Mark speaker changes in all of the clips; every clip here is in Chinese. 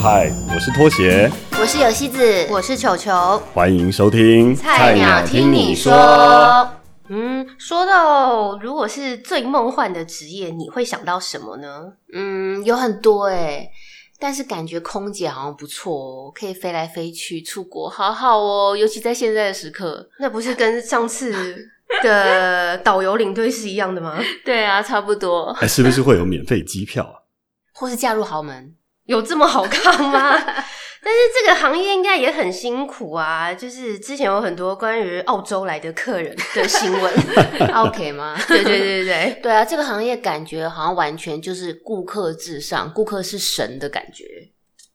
Speaker 1: 嗨，我是拖鞋，
Speaker 2: 我是游戏子，
Speaker 3: 我是球球。
Speaker 1: 欢迎收听
Speaker 2: 菜鸟听你说。
Speaker 3: 嗯，说到如果是最梦幻的职业，你会想到什么呢？
Speaker 2: 嗯，有很多哎、但是感觉空姐好像不错哦，可以飞来飞去，出国好好哦，尤其在现在的时刻。
Speaker 3: 那不是跟上次的导游领队是一样的吗？
Speaker 2: 对啊，差不多，
Speaker 1: 哎，是不是会有免费机票啊？
Speaker 2: 或是嫁入豪 门。
Speaker 3: 有这么好看吗？ 但是这个行业应该也很辛苦啊，就是之前有很多关于澳洲来的客人的新 闻。
Speaker 2: OK 吗？
Speaker 3: 对对对对对，
Speaker 2: 对啊，这个行业感觉好像完全就是顾客至上，顾客是神的感觉。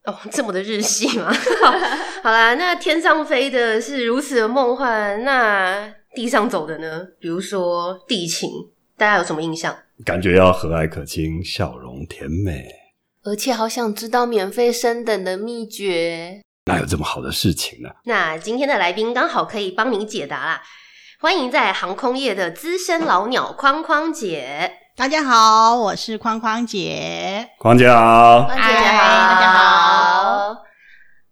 Speaker 3: 哦，这么的日系吗？ 好好啦，那天上飞的是如此的梦幻，那地上走的呢？比如说地勤，大家有什么印象？
Speaker 1: 感觉要和蔼可亲，笑容甜美，
Speaker 2: 而且好想知道免费升等的秘诀。
Speaker 1: 哪有这么好的事情呢、
Speaker 3: 那今天的来宾刚好可以帮你解答啦。欢迎在航空业的资深老鸟框框姐。
Speaker 4: 大家好，我是框框姐。
Speaker 1: 框姐好，
Speaker 2: 大
Speaker 3: 姐
Speaker 4: 嗨大家
Speaker 3: 好。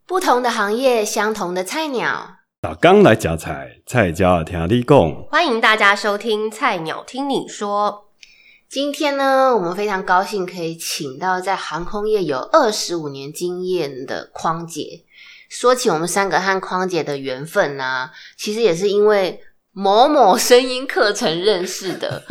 Speaker 2: 不同的行业，相同的菜鸟。
Speaker 1: 打刚来夹菜，菜家听你讲，
Speaker 3: 欢迎大家收听《菜鸟听你说
Speaker 2: 今天呢，我们非常高兴可以请到在航空业有二十五年经验的匡姐。说起我们三个和匡姐的缘分呢、其实也是因为某某声音课程认识的。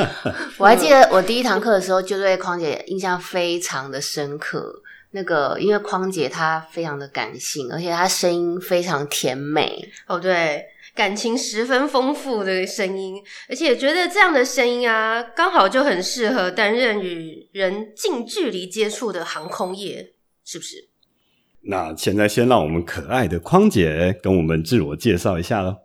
Speaker 2: 我还记得我第一堂课的时候，就对匡姐印象非常的深刻。那个，因为匡姐她非常的感性，而且她声音非常甜美。》。
Speaker 3: 哦，对，感情十分丰富的声音，而且觉得这样的声音啊，刚好就很适合担任与人近距离接触的航空业，是不是？
Speaker 1: 那现在先让我们可爱的框姐跟我们自我介绍一下喽。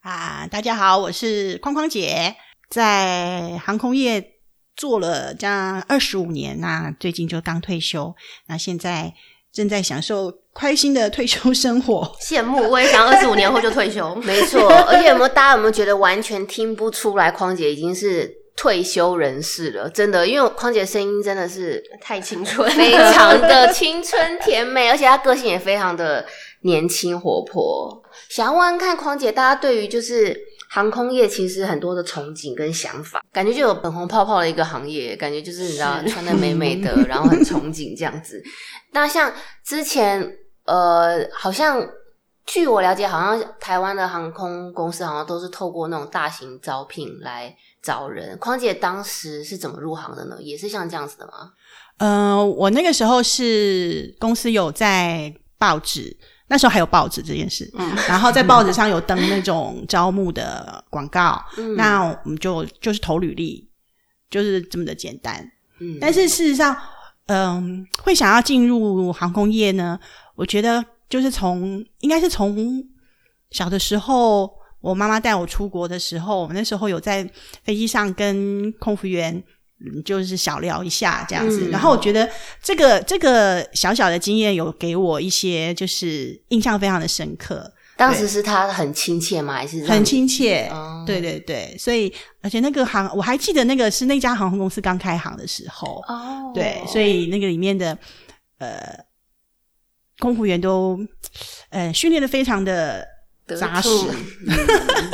Speaker 4: 啊，大家好，我是框框姐，在航空业做了这样二十五年，那最近就刚退休，那现在正在享受开心的退休生活。
Speaker 3: 羡慕，我也想二十五年后就退休。
Speaker 2: 没错，而且有没有大家有没有觉得完全听不出来，匡姐已经是退休人士了？真的，因为匡姐的声音真的是
Speaker 3: 太青 春了，
Speaker 2: 非常的青春甜美，而且她个性也非常的年轻活泼。想要问问看，匡姐，大家对于就是航空业其实很多的憧憬跟想法，感觉就有粉红泡泡的一个行业，感觉就是你知道
Speaker 3: 是
Speaker 2: 穿的美美 的，然后很憧憬这样子。那像之前呃，好像据我了解，好像台湾的航空公司好像都是透过那种大型招聘来找人。匡姐当时是怎么入行的呢？也是像这样子的吗？
Speaker 4: 呃，我那个时候是公司有在报纸，那时候还有报纸这件事，
Speaker 3: 嗯
Speaker 4: 然后在报纸上有登那种招募的广告，
Speaker 2: 嗯
Speaker 4: 那我们就就是投履历，就是这么的简单。
Speaker 2: 嗯
Speaker 4: 但是事实上，嗯，会想要进入航空业呢，我觉得就是从应该是从小的时候，我妈妈带我出国的时候，我们那时候有在飞机上跟空服员。嗯就是小聊一下这样子，
Speaker 2: 嗯
Speaker 4: 然后我觉得这个这个小小的经验有给我一些就是印象非常的深刻，
Speaker 2: 当时是他很亲切吗？还是让你
Speaker 4: 很亲切，
Speaker 2: 哦
Speaker 4: 对对对，所以而且那个航我还记得那个是那家航空公司刚开航的时候，
Speaker 2: 哦
Speaker 4: 对，所以那个里面的呃空服员都呃训练的非常的
Speaker 2: 得
Speaker 4: 扎实，
Speaker 2: 寸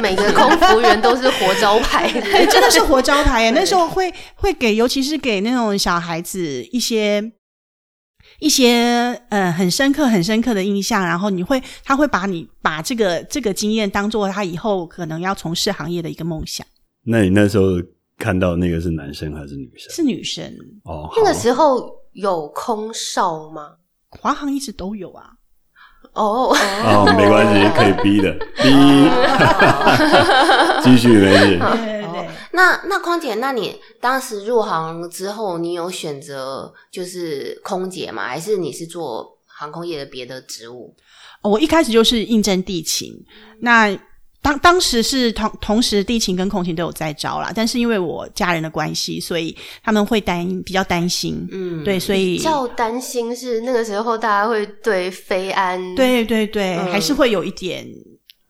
Speaker 3: 每个空服员都是活招牌，
Speaker 4: 哎、真的是活招牌 耶！那时候会会给，尤其是给那种小孩子一些一些呃很深刻、很深刻的印象，然后你会他会把你把这个这个经验当做他以后可能要从事行业的一个梦想。
Speaker 1: 那你那时候看到那个是男生还是女生？
Speaker 4: 是女生，
Speaker 1: 哦，好
Speaker 3: 那个时候有空少吗？
Speaker 4: 华航一直都有啊。
Speaker 3: 哦，
Speaker 1: 哦，没关系，可 以逼的，逼，继续没事。
Speaker 4: 对对对。
Speaker 2: 那那匡姐，那你当时入行之后，你有选择就是空姐吗？还是你是做航空业的别的职务？
Speaker 4: 哦我一开始就是应征地勤，
Speaker 2: 嗯
Speaker 4: 那当当时是同同时地勤跟空勤都有在招啦，但是因为我家人的关系，所以他们会担比较担心，
Speaker 2: 嗯，
Speaker 4: 对，所以
Speaker 3: 较担心是那个时候大家会对飞安，
Speaker 4: 对对对，
Speaker 3: 嗯
Speaker 4: 还是会有一点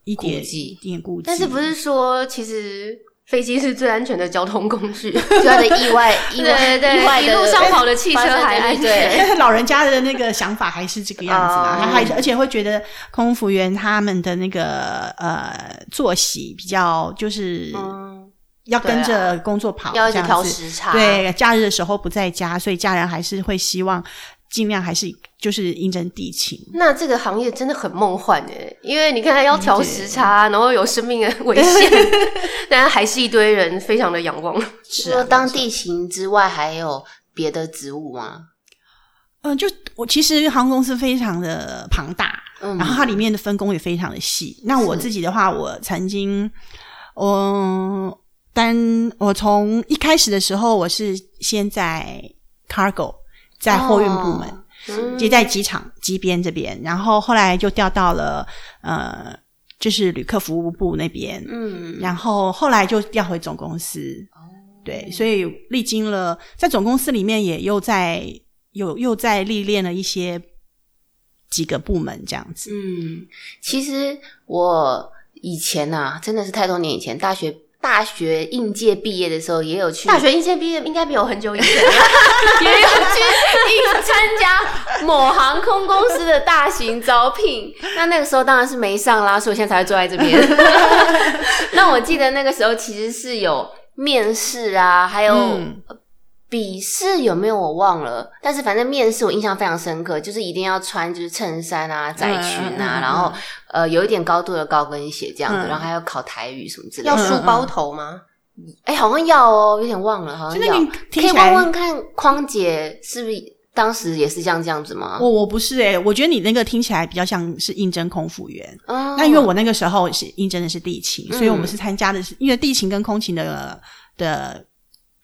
Speaker 4: 一点
Speaker 2: 顾忌
Speaker 4: 一点顾忌，
Speaker 3: 但是不是说其实飞机是最安全的交通工具。
Speaker 2: 就他的意外，意外，
Speaker 3: 对对
Speaker 2: 意外
Speaker 3: 对，
Speaker 2: 的
Speaker 3: 一路上跑的汽车
Speaker 2: 发生的
Speaker 3: 还安
Speaker 2: 对
Speaker 3: 全。
Speaker 4: 但是老人家的那个想法还是这个样子啦，
Speaker 2: 哦
Speaker 4: 他还是而且会觉得空服员他们的那个呃作息比较就是
Speaker 3: 嗯
Speaker 4: 要跟
Speaker 2: 对啊
Speaker 4: 着工作跑，
Speaker 2: 要一直
Speaker 4: 这样
Speaker 2: 调
Speaker 4: 子
Speaker 2: 时差，，
Speaker 4: 对，假日的时候不在家，所以家人还是会希望尽量还是就是因人地勤。
Speaker 3: 那这个行业真的很梦幻哎，因为你看他要调时差，然后有生命的危险， 但还是一堆人非常的阳光。
Speaker 4: 是
Speaker 2: 说当地勤之外还有别的职务吗？
Speaker 4: 嗯、就我其实航空公司非常的庞大，
Speaker 2: 嗯
Speaker 4: 然后它里面的分工也非常的细。那我
Speaker 2: 是
Speaker 4: 自己的话，我曾经，嗯，担我从一开始的时候，我是先在 cargo，在货运部门。
Speaker 2: 哦
Speaker 3: 嗯
Speaker 4: 接在机场机边这边，然后后来就调到了呃，就是旅客服务部那边，
Speaker 2: 嗯，哦
Speaker 4: 然后后来就调回总公司。对，所以历经了在总公司里面也又在有又在历练了一些几个部门这样子。
Speaker 2: 嗯，其实我以前呐、真的是太多年以前，大学大学应届毕业的时候也有去
Speaker 3: 大学应届毕业应该没有很久以前， 也有去
Speaker 2: 去参加某航空公司的 大型招聘，那那个时候当然是没上啦，所以我现在才会坐在这边。 那我记得那个时候其实是有面试啊，还有
Speaker 4: 嗯
Speaker 2: 笔试有没有我忘了，但是反正面试我印象非常深刻，就是一定要穿就是衬衫啊、窄裙
Speaker 4: 嗯嗯
Speaker 2: 啊，
Speaker 4: 嗯
Speaker 2: 然后呃有一点高度的高跟鞋这样子，
Speaker 4: 嗯
Speaker 2: 然后还要考台语什么之类
Speaker 3: 要
Speaker 2: 的。
Speaker 3: 梳包头吗？
Speaker 2: 哎、好像要哦，有点忘了，好像
Speaker 4: 真的，
Speaker 2: 要。
Speaker 4: 你
Speaker 2: 可
Speaker 4: 听
Speaker 2: 以
Speaker 4: 起来
Speaker 2: 问问看，匡姐是不是当时也是像这样子吗？
Speaker 4: 我我不是诶、我觉得你那个听起来比较像是应征空服员。
Speaker 2: 哦
Speaker 4: 那因为我那个时候是应征的是地勤，
Speaker 2: 嗯
Speaker 4: 所以我们是参加的是，因为地勤跟空勤的的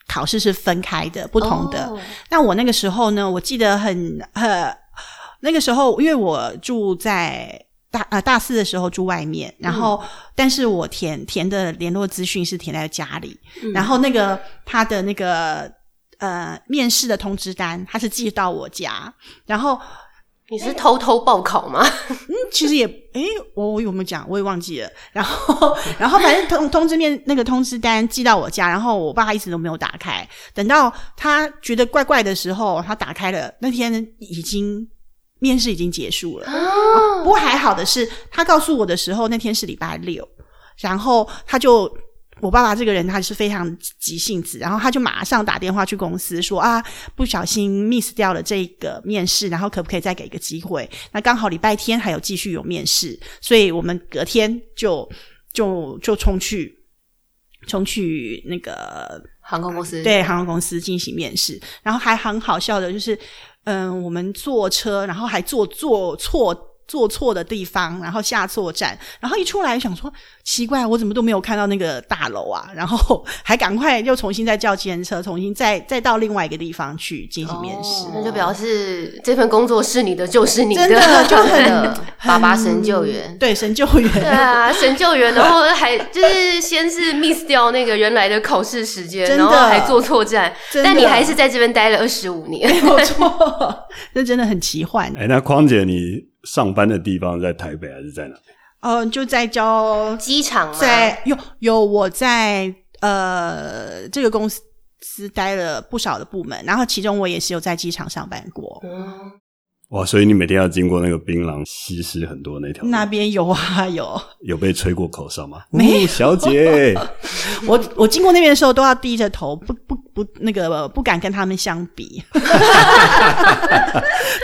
Speaker 4: 考试是分开的，不同的。
Speaker 2: 哦
Speaker 4: 那我那个时候呢，我记得很呃，那个时候因为我住在大呃大四的时候住外面，然后、但是我填填的联络资讯是填在家里，
Speaker 2: 嗯
Speaker 4: 然后那个他的那个呃面试的通知单，他是寄到我家，然后
Speaker 3: 你是偷偷报考吗？
Speaker 4: 其实也，诶，我我有没有讲？我也忘记了。然后， 然后反正通通知面那个通知单寄到我家，然后我爸一直都没有打开。等到他觉得怪怪的时候，他打开了。那天已经面试已经结束了，
Speaker 2: 哦
Speaker 4: 不过还好的是，他告诉我的时候那天是礼拜六，然后他就。我爸爸这个人他是非常急性子，然后他就马上打电话去公司说啊，不小心 miss 掉了这个面试，然后可不可以再给一个机会？那刚好礼拜天还有继续有面试，所以我们隔天就就就冲去冲去那个
Speaker 2: 航空公司
Speaker 4: 对航空公司进行面试，然后还很好笑的，就是嗯，我们坐车，然后还坐坐错。坐错的地方，然后下错站，然后一出来想说奇怪，我怎么都没有看到那个大楼啊？然后还赶快又重新再叫计程车，重新再再到另外一个地方去进行面试。
Speaker 2: 哦
Speaker 3: 那就表示这份工作是你的就是你
Speaker 4: 真的就
Speaker 2: 真
Speaker 4: 很
Speaker 2: 的爸爸
Speaker 4: 嗯
Speaker 2: 神救援，
Speaker 4: 对神救援，
Speaker 3: 对啊，神救援，然后还就是先是 miss 掉那个原来的考试时间，
Speaker 4: 真的
Speaker 3: 然后还坐错站，
Speaker 4: 真的
Speaker 3: 但你还是在这边待了二十五年。
Speaker 4: 没有错，这真的很奇幻。
Speaker 1: 哎，那匡姐，你上班的地方在台北还是在哪？
Speaker 4: 嗯、就在教，
Speaker 3: 机场嘛，
Speaker 4: 在有有我在呃这个公司。待了不少的部门，然后其中我也是有在机场上班过，
Speaker 3: 嗯
Speaker 1: 哇，所以你每天要经过那个槟榔西施很多那条路，
Speaker 4: 那边有啊有，
Speaker 1: 有被吹过口哨吗？
Speaker 4: 没
Speaker 1: 哦，小 姐，
Speaker 4: 我我经过那边的时候都要低着头，不不不那个不敢跟他们相比，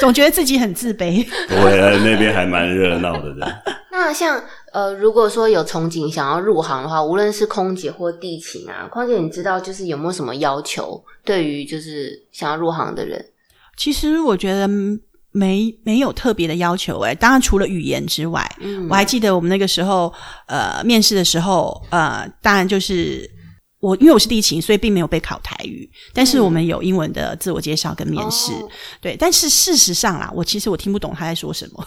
Speaker 4: 总觉得自己很自卑。
Speaker 1: 不会，那边还蛮热闹的。对
Speaker 2: 那像呃，如果说有憧憬想要入行的话，无论是空姐或地勤啊，匡姐，你知道就是有没有什么要求对于就是想要入行的人？
Speaker 4: 其实我觉得嗯没没有特别的要求诶、当然除了语言之外，
Speaker 2: 嗯
Speaker 4: 我还记得我们那个时候，呃，面试的时候，呃，当然就是我因为我是地勤，所以并没有被考台语，但是我们有英文的自我介绍跟面试，
Speaker 2: 嗯哦
Speaker 4: 对。但是事实上啦，我其实我听不懂他在说什么。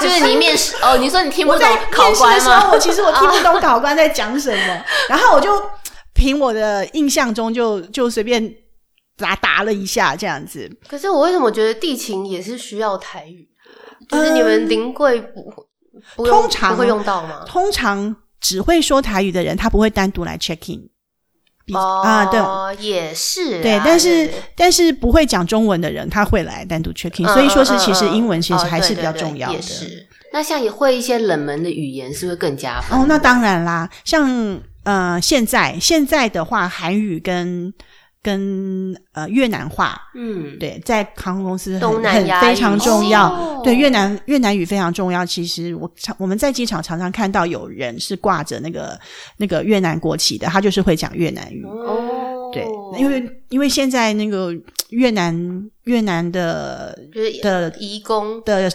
Speaker 2: 就是你面试哦，你说你 听不
Speaker 4: 我
Speaker 2: 懂
Speaker 4: 在
Speaker 2: 考
Speaker 4: 面试的
Speaker 2: 官
Speaker 4: 时候，
Speaker 2: 吗？
Speaker 4: 我其实我听不懂考官在讲 什么，然后我就凭我的印象中就就随便答答了一下这样子。
Speaker 3: 可是我为什么觉得地勤也是需要台语？就是你们临柜不不用
Speaker 4: 通常
Speaker 2: 嗯
Speaker 3: 不会用到吗？
Speaker 4: 通常只会说台语的人，他不会单独来 check in 比。
Speaker 2: 哦
Speaker 4: 啊，对，
Speaker 2: 也是啊，
Speaker 4: 对，但是
Speaker 2: 对
Speaker 4: 但是不会讲中文的人，他会来单独 check in，、
Speaker 2: 嗯
Speaker 4: 所以说是
Speaker 2: 嗯
Speaker 4: 其实
Speaker 2: 嗯
Speaker 4: 英文其
Speaker 2: 哦
Speaker 4: 实还
Speaker 2: 对
Speaker 4: 是
Speaker 2: 对
Speaker 4: 比较
Speaker 2: 对
Speaker 4: 重要的。
Speaker 2: 也是，那像也会一些冷门的语言，是会更加分
Speaker 4: 哦，那当然啦，像呃现在现在的话，韩语跟跟呃越南话，
Speaker 2: 嗯，
Speaker 4: 对，在航空公司很
Speaker 3: 东南
Speaker 4: 很
Speaker 3: 亚
Speaker 4: 非
Speaker 3: 语
Speaker 4: 常
Speaker 3: 系
Speaker 4: 重要。
Speaker 2: 哦
Speaker 4: 对越南越南语非常重要。其实我常我们在机场常常看到有人是挂着那个那个越南国旗的，他就是会讲越南语。
Speaker 2: 哦，
Speaker 4: 对，因为因为现在那个越南越南的
Speaker 3: 就是
Speaker 4: 的
Speaker 3: 移工
Speaker 4: 的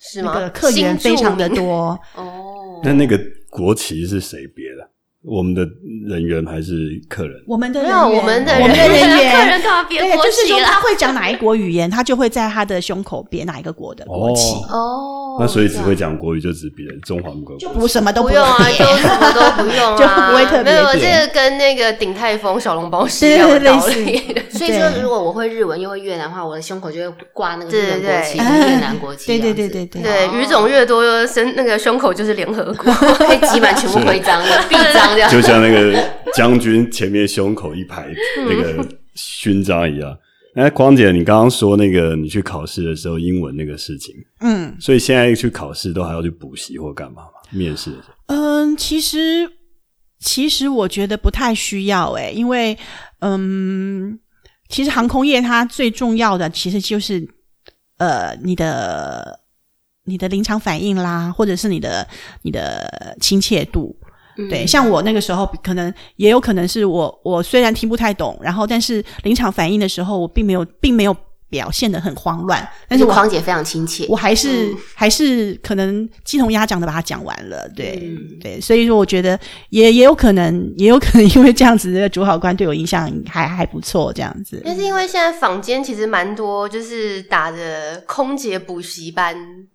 Speaker 3: 是
Speaker 4: 那
Speaker 3: 吗？
Speaker 4: 个客源非常的多，
Speaker 2: 哦，
Speaker 1: 那那个国旗是谁别的？我们的人员还是客人？
Speaker 4: 我们的
Speaker 3: 新住民。没有，我们
Speaker 4: 人员
Speaker 3: 的
Speaker 4: 我们的人
Speaker 3: 人啊
Speaker 4: 员
Speaker 3: 客人干嘛别
Speaker 4: 对，
Speaker 3: 国
Speaker 4: 就是
Speaker 3: 旗
Speaker 4: 说他
Speaker 3: 啦？
Speaker 4: 会讲哪一国语言，他就会在他的胸口别哪一个国的国旗，
Speaker 1: 哦
Speaker 2: 哦，
Speaker 1: 那所以只会
Speaker 2: 这样
Speaker 1: 讲国语，就只别人中华民国
Speaker 4: 就
Speaker 1: 国旗
Speaker 4: 不什么都
Speaker 3: 不
Speaker 4: 会
Speaker 3: 用啊，
Speaker 4: 别
Speaker 3: 就什么都不用啊，
Speaker 4: 就不会特别
Speaker 3: 没有，这
Speaker 4: 点
Speaker 3: 个跟那个鼎泰丰小笼包是一
Speaker 4: 对
Speaker 3: 样
Speaker 4: 对
Speaker 3: 的
Speaker 4: 对，类
Speaker 3: 道
Speaker 4: 似
Speaker 3: 理。
Speaker 2: 所以说，
Speaker 4: 对
Speaker 2: 如果我会日文又会越南话，我的胸口就会挂那个
Speaker 3: 对
Speaker 2: 日本
Speaker 3: 对哦
Speaker 2: 国旗、
Speaker 4: 对
Speaker 2: 跟越南国旗这
Speaker 4: 对
Speaker 2: 样
Speaker 4: 对
Speaker 2: 子。
Speaker 4: 对对对
Speaker 3: 对，语种越多，身那个胸口就是联合国。
Speaker 2: 可以挤满全部徽章 的、臂章
Speaker 4: 啊
Speaker 2: 这样。
Speaker 1: 就像那个将军前面胸口一排那个勋章一样。那匡姐，你刚刚说那个你去考试的时候英文那个事情，
Speaker 4: 嗯。
Speaker 1: 所以现在去考试都还要去补习或干嘛吗？面试的时候
Speaker 4: 嗯，其实其实我觉得不太需要诶、因为嗯，其实航空业它最重要的其实就是呃你的你的临场反应啦，或者是你的你的亲切度。
Speaker 2: 嗯
Speaker 4: 对，像我那个时候，可能也有可能是我，我虽然听不太懂，然后但是临场反应的时候，我并没有，并没有表现的很慌乱，但
Speaker 2: 但
Speaker 4: 是
Speaker 2: 是
Speaker 4: 我
Speaker 2: 匡姐非常亲切
Speaker 4: 我，还是、
Speaker 3: 嗯
Speaker 4: 还是可能鸡同鸭讲的把它讲完了，对、
Speaker 2: 嗯
Speaker 4: 对，所以说我觉得也也有可能，也有可能因为这样子，这个主考官对我印象还还不错，这样子。
Speaker 3: 但是因为现在坊间其实蛮多，就是打着空姐补习班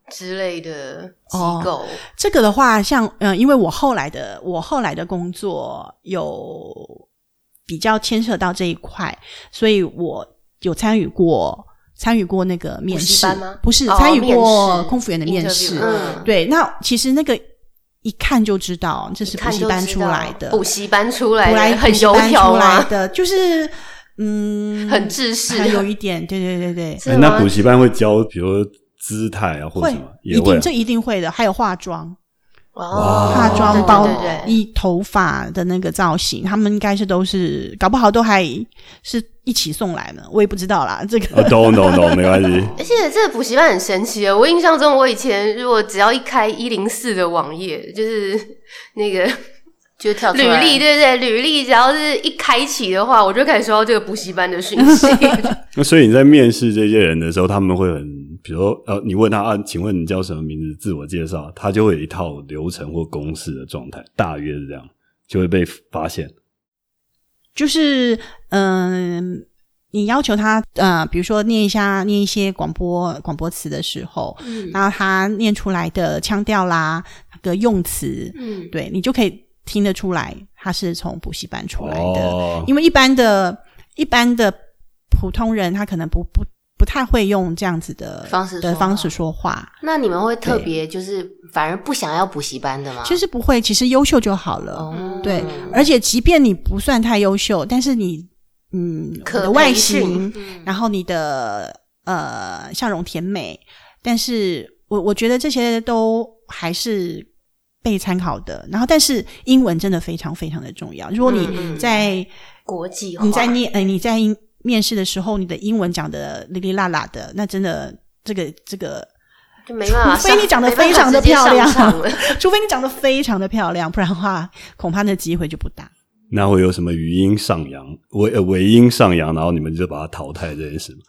Speaker 3: 之类的机构，
Speaker 4: 这个的话，像嗯、呃因为我后来的我后来的工作有比较牵涉到这一块，所以我有参与过参与过那个面
Speaker 3: 补习
Speaker 4: 试
Speaker 3: 班吗
Speaker 4: 不是、
Speaker 3: 哦
Speaker 4: 参与
Speaker 3: 面
Speaker 4: 过
Speaker 3: 试
Speaker 4: 空服员的面
Speaker 3: interview，
Speaker 4: 试，
Speaker 3: 嗯，
Speaker 4: 对，那其实那个一看就知道这是补
Speaker 3: 看
Speaker 4: 习
Speaker 3: 就
Speaker 4: 班
Speaker 3: 知
Speaker 4: 出
Speaker 3: 道
Speaker 4: 来的，
Speaker 3: 补习班出来
Speaker 4: 补来
Speaker 3: 的
Speaker 4: 补
Speaker 3: 很
Speaker 4: 习
Speaker 3: 油
Speaker 4: 班
Speaker 3: 条
Speaker 4: 出来
Speaker 3: 吗？
Speaker 4: 的，就是嗯，
Speaker 3: 很制式
Speaker 4: 还有一点，对对对对，
Speaker 3: 是啊
Speaker 1: 哎
Speaker 3: 吗
Speaker 1: 那补习班会教，比如说姿态啊，或者什么，也
Speaker 4: 一
Speaker 1: 会啊
Speaker 4: 定这一定会的，还有化妆、
Speaker 3: 哦，
Speaker 4: 化妆包
Speaker 3: 对对对
Speaker 4: 一头发的那个造型，他们应该是都是，搞不好都还是一起送来的，我也不知道啦。这
Speaker 1: 啊
Speaker 4: 个
Speaker 1: ，no no no，没关系。
Speaker 3: 而且这个补习班很神奇哦，我印象中我以前如果只要一开一零四的网页，就是那 个
Speaker 2: 就跳出
Speaker 3: 履
Speaker 2: 来
Speaker 3: 历，对对，履历只要是一开启的话，我就开始收到这个补习班的讯 息。
Speaker 1: 那所以你在面试这些人的时候，他们会很，比如说呃，你问他啊，请问你叫什么名字，自我介绍，他就会有一套流程或公式的状态，大约是这样，就会被发现。
Speaker 4: 就是嗯。你要求他呃，比如说念一下念一些广播广播词的时候，
Speaker 2: 嗯
Speaker 4: 然后他念出来的腔调啦，那个用词，
Speaker 2: 嗯，
Speaker 4: 对你就可以听得出来，他是从补习班出来的。
Speaker 1: 哦，
Speaker 4: 因为一般的、一般的普通人，他可能不不不太会用这样子的
Speaker 2: 方式
Speaker 4: 的
Speaker 2: 说
Speaker 4: 方
Speaker 2: 话啊
Speaker 4: 式说话。
Speaker 2: 那你们会特别就是反而不想要补习班的吗？
Speaker 4: 其实不会，其实优秀就好了。
Speaker 2: 哦，
Speaker 4: 对，而且即便你不算太优秀，但是你嗯，你
Speaker 3: 可
Speaker 4: 的外
Speaker 3: 培训
Speaker 4: 形，
Speaker 2: 嗯
Speaker 4: 然后你的呃笑容甜美，但是我我觉得这些都还是被参考的。然后，但是英文真的非常非常的重要。如果
Speaker 2: 嗯
Speaker 4: 你
Speaker 2: 嗯
Speaker 4: 在
Speaker 3: 国际化，
Speaker 4: 你在念呃你在英面试的时候，你的英文讲的哩哩啦啦的，那真的这个这个，
Speaker 3: 就没办法上，
Speaker 4: 除非你长得
Speaker 3: 没办法
Speaker 4: 非常地
Speaker 3: 直接上
Speaker 4: 漂亮
Speaker 3: 场 了
Speaker 4: 除非你讲的非常的漂亮，不然的话恐怕那机会就不大。
Speaker 1: 那会有什么语音上扬、尾呃尾音上扬，然后你们就把它淘汰这件事吗？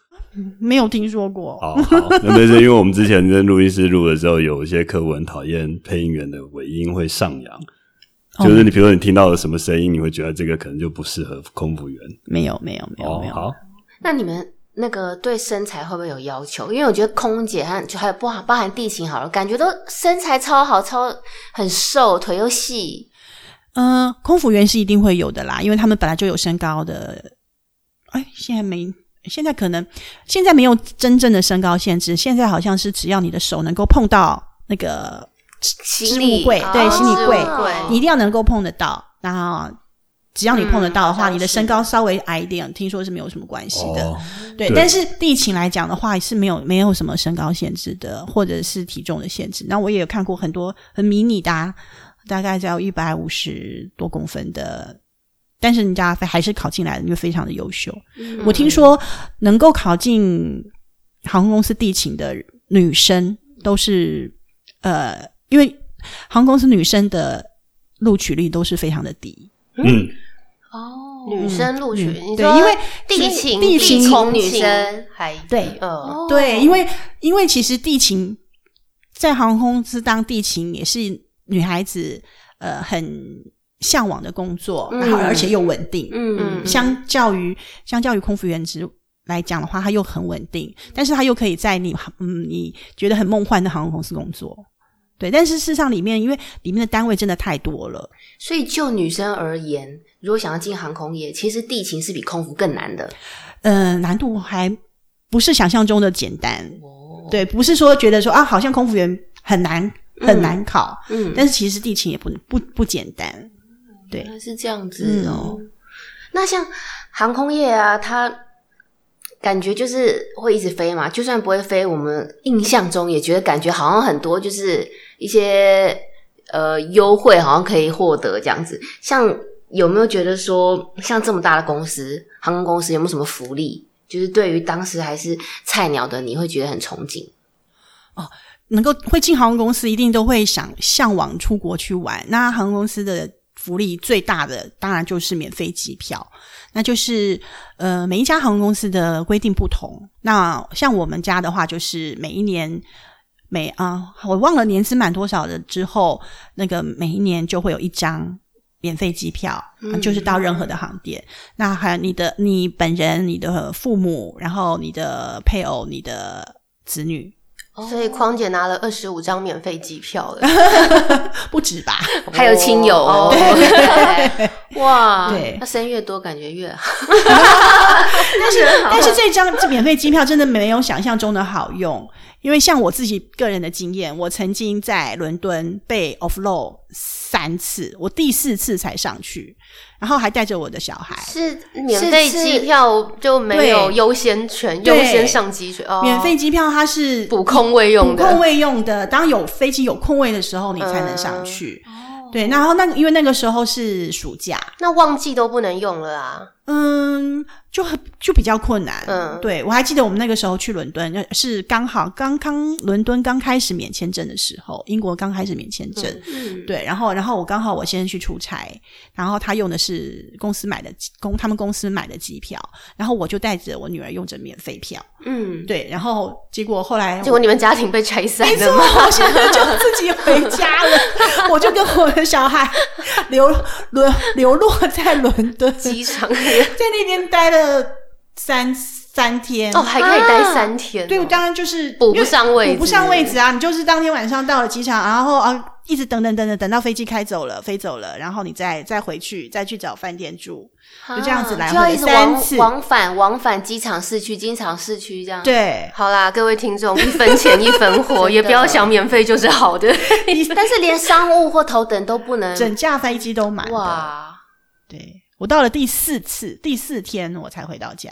Speaker 4: 没有听说过，
Speaker 1: 哦，好， 那但是因为我们之前跟录音师录的时候，有一些客户很讨厌配音员的尾音会上扬，
Speaker 4: 哦
Speaker 1: 就是你比如说你听到了什么声音，你会觉得这个可能就不适合空服员。
Speaker 4: 没有没有没有
Speaker 1: 哦
Speaker 4: 没，有。
Speaker 1: 好，
Speaker 2: 那你们那个对身材会不会有要求？因为我觉得空姐和就还有包含包含地勤好了，感觉都身材超好，超很瘦，腿又细，
Speaker 4: 嗯、空服员是一定会有的啦，因为他们本来就有身高的。哎，现在没，现在可能现在没有真正的身高限制，现在好像是只要你的手能够碰到那个
Speaker 2: 行
Speaker 4: 置
Speaker 2: 李
Speaker 4: 物柜
Speaker 3: 啊
Speaker 4: 对
Speaker 2: 哦
Speaker 4: 行李柜
Speaker 2: 置物柜
Speaker 4: 你一定要能够碰得到。然后只要你碰得到的
Speaker 2: 嗯好
Speaker 4: 话，
Speaker 2: 像
Speaker 4: 你的
Speaker 2: 是
Speaker 4: 身高稍微矮一点，听说是没有什么关系的。
Speaker 1: 哦，
Speaker 4: 对，
Speaker 1: 对
Speaker 4: 但是地勤来讲的话，是没有没有什么身高限制的，或者是体重的限制。那我也有看过很多很迷你的、啊，大概只要一百五十多公分的。但是人家还是考进来的，因为非常的优秀。
Speaker 2: 嗯
Speaker 4: 我听说能够考进航空公司地勤的女生都是呃，因为航空公司女生的录取率都是非常的低。
Speaker 1: 嗯，
Speaker 2: 哦，女生录取，
Speaker 4: 嗯
Speaker 2: 你
Speaker 4: 对
Speaker 2: 说
Speaker 4: 因为
Speaker 2: 地勤
Speaker 4: 地勤
Speaker 2: 勤女生还
Speaker 4: 对
Speaker 3: 呃
Speaker 2: 嗯，
Speaker 4: 对，因为因为其实地勤在航空公司当地勤也是女孩子呃很向往的工作，
Speaker 2: 嗯
Speaker 4: 然后而且又稳定。
Speaker 2: 嗯
Speaker 4: 相较于相较于空服员职来讲的话，它又很稳定，但是它又可以在你嗯你觉得很梦幻的航空公司工作。对，但是事实上里面，因为里面的单位真的太多了，
Speaker 2: 所以就女生而言，如果想要进航空业，其实地勤是比空服更难的
Speaker 4: 呃，难度还不是想象中的简单。
Speaker 2: 哦。，
Speaker 4: 对，不是说觉得说啊，好像空服员很难很难考，
Speaker 2: 嗯，
Speaker 4: 但是其实地勤也不不不简单。对
Speaker 2: 原来是这样
Speaker 3: 嗯
Speaker 2: 子哦。那像航空业啊，它感觉就是会一直飞嘛，就算不会飞，我们印象中也觉得感觉好像很多就是一些呃优惠，好像可以获得这样子。像有没有觉得说，像这么大的公司，航空公司有没有什么福利？就是对于当时还是菜鸟的你，会觉得很憧憬。
Speaker 4: 能够会进航空公司，一定都会想向往出国去玩。那航空公司的福利最大的，当然就是免费机票。那就是呃，每一家航空公司的规定不同。那像我们家的话，就是每一年每啊、我忘了年资满多少的之后，那个每一年就会有一张免费机票，
Speaker 2: 嗯
Speaker 4: 就是到任何的航点。那还有你的你本人、你的父母，然后你的配偶、你的子女，
Speaker 3: 所以
Speaker 2: 哦
Speaker 3: 匡姐拿了二十五张免费机票了，
Speaker 4: 不止吧？
Speaker 2: 还有亲友
Speaker 3: 哦
Speaker 2: 哦，哇，
Speaker 4: 对
Speaker 2: 那生越多感觉越好，
Speaker 3: 但 是
Speaker 4: 但是这张这免费机票真的没有想象中的好用，因为像我自己个人的经验，我曾经在伦敦被 offload 三次，我第四次才上去，然后还带着我的小孩。
Speaker 3: 是免费机票就没有
Speaker 4: 对
Speaker 3: 优先权，优
Speaker 4: 对
Speaker 3: 先上机权哦，
Speaker 4: 免费机票它是
Speaker 3: 补空位用
Speaker 4: 补空
Speaker 3: 的，
Speaker 4: 位用的，当有飞机有空位的时候，你才能上去。
Speaker 3: 哦
Speaker 4: 对，然后那因为那个时候是暑假，
Speaker 3: 那旺季都不能用了啊。
Speaker 4: 嗯，就很就比较困难。
Speaker 3: 嗯
Speaker 4: 对我还记得我们那个时候去伦敦，呃是刚好刚刚伦敦刚开始免签证的时候，英国刚开始免签证。
Speaker 2: 嗯，
Speaker 4: 对，然后然后我刚好我先生去出差，然后他用的是公司买的机公他们公司买的机票，然后我就带着我女儿用着免费票。
Speaker 2: 嗯，
Speaker 4: 对，然后结果后来我
Speaker 3: 结果你们家庭被拆散
Speaker 4: 没错，
Speaker 3: 了吗？
Speaker 4: 我现在就自己回家了，我就跟我的小孩流流流落在伦敦，
Speaker 3: 机场
Speaker 4: 在那边待了三三天。
Speaker 3: 哦，还可以待三天哦、
Speaker 4: 对，当然就是
Speaker 3: 补不上位置
Speaker 4: 因为补不上位置啊！你就是当天晚上到了机场，然后啊，一直等等等等，等到飞机开走了，飞走了，然后你再再回去，再去找饭店住，就这样子来
Speaker 2: 啊就要一
Speaker 4: 回
Speaker 2: 直
Speaker 4: 三
Speaker 2: 往
Speaker 4: 次。
Speaker 2: 往返往返机场市区、机场市区这样。，
Speaker 4: 对，
Speaker 3: 好啦，各位听众，一分钱一分
Speaker 2: 真
Speaker 3: 货，
Speaker 2: 的
Speaker 3: 也不要想免费就是好的。
Speaker 2: 但是连商务或头等都不能。
Speaker 4: 整架飞机都满了。
Speaker 2: 哇，
Speaker 4: 对我到了第四次，第四天我才回到家。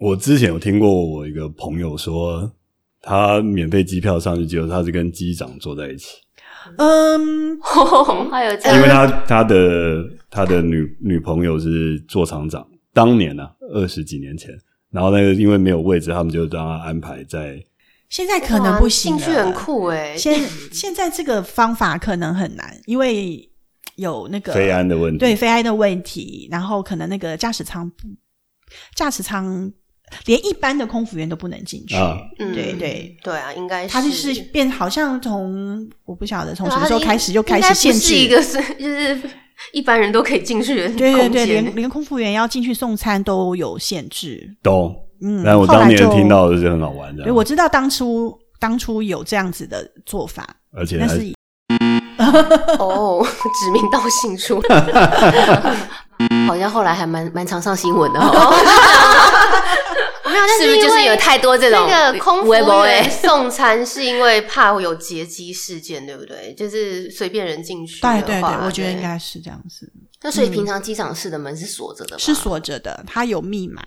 Speaker 1: 我之前有听过我一个朋友说，他免费机票上去，结果他是跟机长坐在一起，
Speaker 4: 嗯，
Speaker 3: 哦
Speaker 2: 还有这
Speaker 1: 因为
Speaker 2: 样，
Speaker 1: 他他的他的女女朋友是做厂长，当年呢、啊、二十几年前，然后那个因为没有位置，他们就让他安排在
Speaker 4: 现在可能不行啊
Speaker 3: 哇
Speaker 4: 了。
Speaker 3: 兴趣很酷哎、
Speaker 4: 现现在这个方法可能很难，因为有那个
Speaker 1: 飞安的问题。
Speaker 4: 对，飞安的问题，然后可能那个驾驶舱不，驾驶舱连一般的空服员都不能进去。
Speaker 1: 啊
Speaker 3: 嗯
Speaker 4: 对对，
Speaker 3: 对啊，应该是
Speaker 4: 它就是变，好像从我不晓得从
Speaker 3: 对啊
Speaker 4: 什么时候
Speaker 3: 它应
Speaker 4: 开始就开
Speaker 3: 应该
Speaker 4: 始
Speaker 3: 不
Speaker 4: 限
Speaker 3: 是一
Speaker 4: 制。
Speaker 3: 个 是就是一般人都可以进去的
Speaker 4: 对对
Speaker 3: 空
Speaker 4: 对，连
Speaker 3: 间。
Speaker 4: 连空服员要进去送餐都有限制。
Speaker 1: 懂。
Speaker 4: 嗯，
Speaker 1: 但我
Speaker 4: 后
Speaker 1: 当
Speaker 4: 来
Speaker 1: 年
Speaker 4: 就
Speaker 1: 听，到的是很好玩的
Speaker 4: 对，我知道当初当初有这样子的做法，
Speaker 1: 而且
Speaker 4: 那
Speaker 1: 还
Speaker 4: 是
Speaker 3: 哦，指名道姓出，
Speaker 2: 好像后来还蛮蛮常上新闻的哦。没有，但
Speaker 3: 是不是
Speaker 2: 因
Speaker 3: 就是
Speaker 2: 为
Speaker 3: 有太多这种
Speaker 2: 那个空服
Speaker 3: 微博哎
Speaker 2: 员
Speaker 3: 送
Speaker 2: 哎
Speaker 3: 餐是因为怕有劫机事件，对不对？就是随便人进去的话，
Speaker 4: 对对对，我觉得应
Speaker 3: 对
Speaker 4: 该是这样子，
Speaker 2: 那所以平常机场室的门嗯是锁着的吗？
Speaker 4: 是锁着的，它有密码，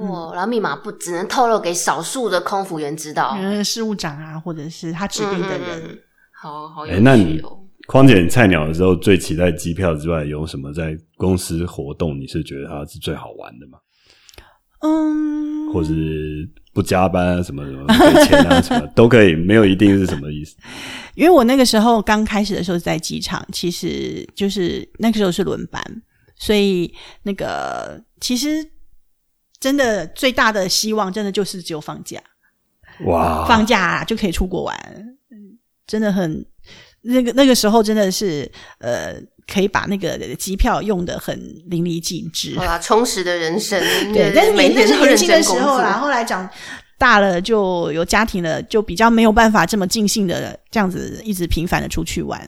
Speaker 4: 嗯
Speaker 2: 哦，然后密码不只能透露给少数的空服员知道。
Speaker 4: 嗯，事务长啊，或者是他指定的人，
Speaker 3: 哦嗯嗯嗯好好有
Speaker 1: 哎那你
Speaker 3: 趣哦。
Speaker 1: 匡姐，你菜鸟的时候最期待机票之外，有什么在公司活动你是觉得它是最好玩的吗？
Speaker 4: 嗯，
Speaker 1: 或是不加班啊，什么什么给钱啊，什么 都可以，没有一定是什么意思。
Speaker 4: 因为我那个时候刚开始的时候是在机场，其实就是那个时候是轮班，所以那个其实真的最大的希望，真的就是只有放假，
Speaker 1: 哇，
Speaker 4: 放假、就可以出国玩，嗯真的很那个那个时候真的是呃，可以把那个机票用的很淋漓尽致。
Speaker 3: 好
Speaker 2: 啊
Speaker 3: 啦，充实的人生，
Speaker 4: 对，但是
Speaker 3: 每
Speaker 4: 你那
Speaker 3: 天
Speaker 4: 是
Speaker 3: 都
Speaker 4: 年
Speaker 3: 认
Speaker 4: 轻的
Speaker 3: 真
Speaker 4: 时
Speaker 3: 工
Speaker 4: 候
Speaker 3: 作。
Speaker 4: 啦，后来长大了就有家庭了，就比较没有办法这么尽兴的这样子一直频繁的出去玩。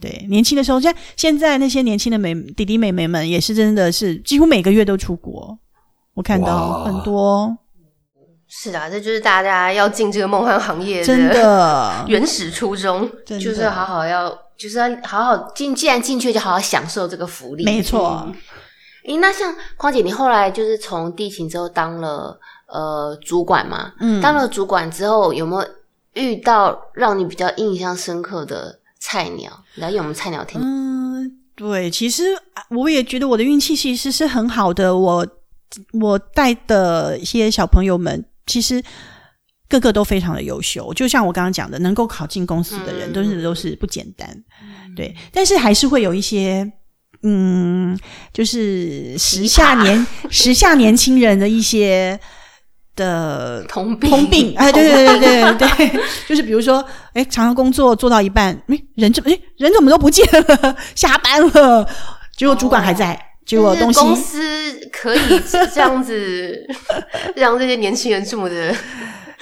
Speaker 4: 对，年轻的时候，像现在那些年轻的美弟弟妹妹们，也是真的是几乎每个月都出国。我看到
Speaker 1: 哇
Speaker 4: 很多，
Speaker 3: 是啊，这就是大家要进这个梦幻行业
Speaker 4: 真的
Speaker 3: 原始初衷。
Speaker 4: 真的
Speaker 2: 就是好好要，就是要好好进，既然进去就好好享受这个福利。
Speaker 4: 没错
Speaker 2: 嗯。诶，那像匡姐，你后来就是从地勤之后当了呃主管嘛？
Speaker 4: 嗯
Speaker 2: 当了主管之后，有没有遇到让你比较印象深刻的菜鸟？了解我们菜鸟听，
Speaker 4: 嗯，对，其实啊我也觉得我的运气其实是很好的。我我带的一些小朋友们，其实个个都非常的优秀。就像我刚刚讲的，能够考进公司的人，
Speaker 3: 嗯
Speaker 4: 都是都是不简单。对，但是还是会有一些。嗯，就是时下年时下年轻人的一些的
Speaker 3: 通病，
Speaker 4: 通病，哎，对对对对对 对，就是比如说，哎，常常工作做到一半，哎，人怎么哎人怎么都不见了， 下班了，结果主管还在，结果
Speaker 3: 就
Speaker 4: 东
Speaker 3: 哦是
Speaker 4: 西
Speaker 3: 公司可以这样子让这些年轻人这么 的，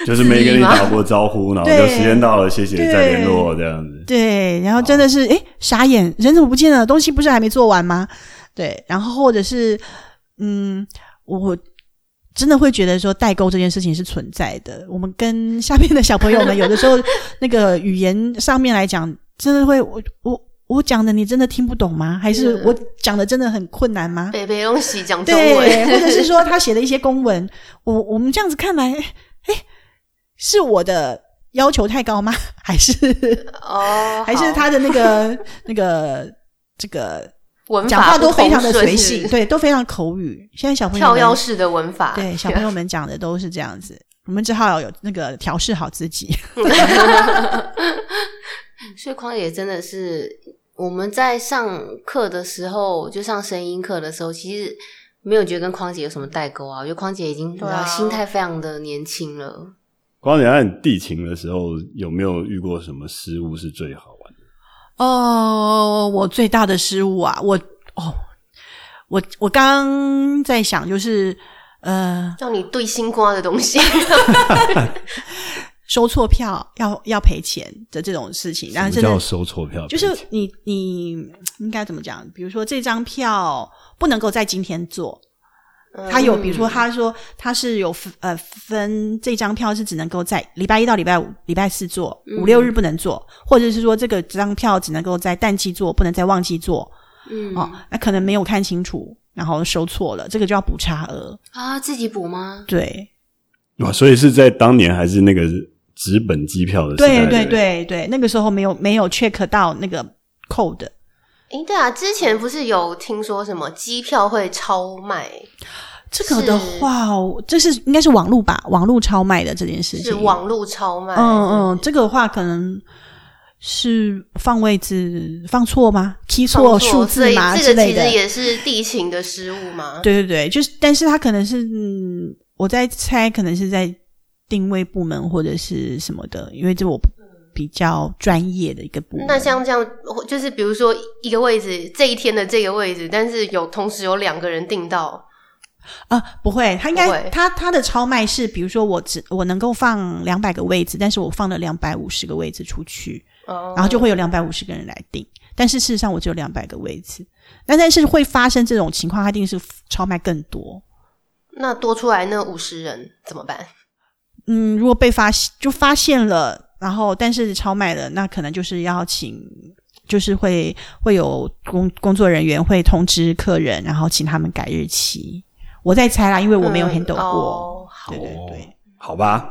Speaker 1: 就是没跟你打过招呼，然后就时间到了，谢谢，
Speaker 4: 对
Speaker 1: 再联络这样子。
Speaker 4: 对，然后真的是哎傻眼，人怎么不见了？东西不是还没做完吗？对，然后或者是嗯，我真的会觉得说代沟这件事情是存在的。我们跟下面的小朋友们有 的时候那个语言上面来讲，真的会我我我讲的你真的听不懂吗？还是
Speaker 3: 嗯
Speaker 4: 我讲的真的很困难吗？
Speaker 3: 北北东西讲中
Speaker 4: 对，
Speaker 3: 文，
Speaker 4: 或者是说他写的一些公文，我我们这样子看来，哎，是我的要求太高吗？还是
Speaker 3: 哦，
Speaker 4: 还是
Speaker 3: 好
Speaker 4: 他的那个 那个这个
Speaker 3: 文法
Speaker 4: 讲话都非常的
Speaker 3: 不通顺
Speaker 4: 随性，
Speaker 3: 是
Speaker 4: 对，都非常口语。现在小朋友
Speaker 3: 跳
Speaker 4: 们
Speaker 3: 跃式的文法，
Speaker 4: 对小朋友们讲的都是这样 子，我们只好有那个调试好自己。
Speaker 2: 所以匡姐真的是我们在上课的时候，就上声音课的时候，其实没有觉得跟匡姐有什么代沟啊。我觉得匡姐已经、你知
Speaker 3: 对啊
Speaker 2: 道心态非常的年轻了。
Speaker 1: 光姐，那你地勤的时候有没有遇过什么失误是最好玩的？
Speaker 4: 哦，我最大的失误啊，我哦，我我刚在想就是呃，
Speaker 3: 让你对心瓜的东 西，
Speaker 4: 收错票要要赔钱的这种事情，然后
Speaker 1: 什
Speaker 4: 啊
Speaker 1: 么
Speaker 4: 真的
Speaker 1: 叫收错票？
Speaker 4: 就是你你嗯应该怎么讲？比如说这张票不能够在今天做，他有比如说他说他是有分呃分这张票是只能够在礼拜一到礼拜五、礼拜四做，五六日不能做，或者是说这个这张票只能够在淡季做，不能在旺季做
Speaker 2: 嗯
Speaker 4: 哦。那可能没有看清楚，然后收错了，这个就要补差额。
Speaker 2: 啊，自己补吗？
Speaker 4: 对，
Speaker 1: 哇，所以是在当年还是那个纸本机票的时代？
Speaker 4: 对对
Speaker 1: 不，
Speaker 4: 对对，那个时候没有没有 check 到那个 code。
Speaker 3: 诶，对啊，之前不是有听说什么机票会超卖，
Speaker 4: 这个的话，我这是应该是网络吧，网络超卖的这件事情。
Speaker 3: 是网络超卖，
Speaker 4: 嗯嗯，这个的话可能是放位置放错吗？key
Speaker 3: 放
Speaker 4: 错数字吗
Speaker 3: 所以这
Speaker 4: 之
Speaker 3: 个
Speaker 4: 类
Speaker 3: 其
Speaker 4: 的
Speaker 3: 实？也是地勤的失误嘛。
Speaker 4: 对对对，就是，但是他可能是、嗯、我在猜，可能是在定位部门或者是什么的，因为这我比较专业的一个部门。
Speaker 3: 那像这样，就是比如说一个位置，这一天的这个位置，但是有同时有两个人订到，
Speaker 4: 啊、不会，他应
Speaker 3: 不
Speaker 4: 该
Speaker 3: 会
Speaker 4: 他他的超卖是，比如说我只我能够放两百个位置，但是我放了两百五十个位置出去，
Speaker 3: 哦
Speaker 4: 然后就会有两百五十个人来订。但是事实上，我只有两百个位置。那但是会发生这种情况，它一定是超卖更多。
Speaker 3: 那多出来那五十人怎么办？
Speaker 4: 嗯，如果被发就发现了，然后但是超卖了，那可能就是要请，就是会会有工工作人员会通知客人，然后请他们改日期。我在猜啦，因为我没有
Speaker 3: 嗯
Speaker 4: handle 过。
Speaker 3: 哦好
Speaker 4: 对对
Speaker 1: 哦
Speaker 4: 对，
Speaker 1: 好吧，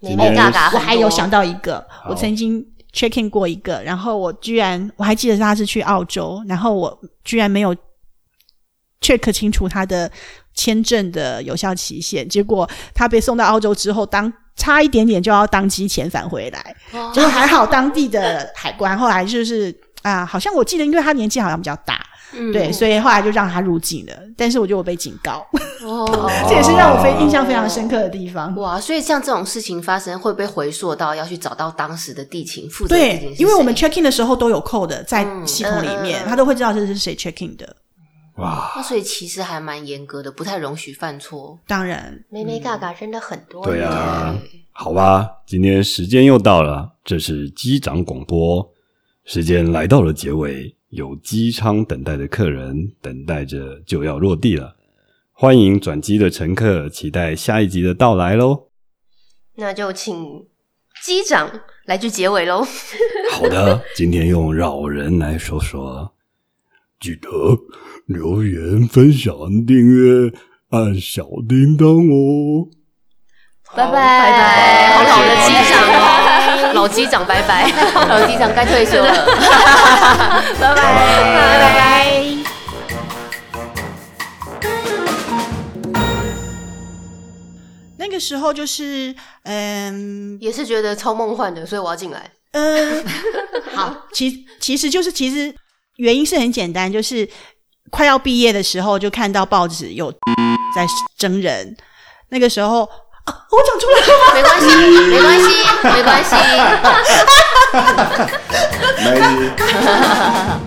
Speaker 3: 没
Speaker 1: 今
Speaker 3: 没
Speaker 1: 天
Speaker 3: 嘎嘎，
Speaker 4: 我还有想到一个，
Speaker 1: 好
Speaker 4: 我曾经 check in 过一个，然后我居然我还记得他是去澳洲，然后我居然没有 check 清楚他的签证的有效期限，结果他被送到澳洲之后，当差一点点就要当机遣返回来，
Speaker 2: 哦
Speaker 4: 结果还好当地的海关后来就是啊、好像我记得，因为他年纪好像比较大，
Speaker 2: 嗯
Speaker 4: 对，所以后来就让他入境了，但是我就我被警告，
Speaker 2: 哦，
Speaker 4: 这也是让我非印象非常深刻的地方。
Speaker 2: 哇，所以像这种事情发生，会不会回溯到要去找到当时的地勤负责地勤
Speaker 4: 对
Speaker 2: 是，谁？
Speaker 4: 因为我们 check in 的时候都有扣的在
Speaker 2: 嗯
Speaker 4: 系统里面，
Speaker 3: 嗯嗯嗯
Speaker 4: 他都会知道这是谁 check in 的。
Speaker 1: 哇，
Speaker 2: 那所以其实还蛮严格的，不太容许犯错。
Speaker 4: 当然，
Speaker 3: 没没嘎嘎真的很多
Speaker 1: 对
Speaker 3: 呀、
Speaker 1: 啊，好吧，今天时间又到了，这是机长广播，时间来到了结尾，有机舱等待的客人等待着就要落地了，欢迎转机的乘客，期待下一集的到来喽。
Speaker 3: 那就请机长来句结尾喽。
Speaker 1: 好的，今天用老人来说说，记得留言、分享、订阅、按小叮当哦。
Speaker 2: 拜拜
Speaker 3: 拜拜，好
Speaker 2: 好
Speaker 3: 老的
Speaker 2: 谢
Speaker 3: 机
Speaker 2: 谢
Speaker 3: 长哦， 老机长拜拜，
Speaker 2: 老机长该 退休了，拜拜拜拜。
Speaker 4: 那个时候就是， 嗯
Speaker 3: 也是觉得超梦幻的，所以我要进来。
Speaker 4: 嗯，好，其其实就是其实原因是很简单，就是快要毕业的时候就看到报纸有 在征人，那个时候啊，我讲出来了吗？
Speaker 2: 没关系，没关系，没关系。
Speaker 1: 没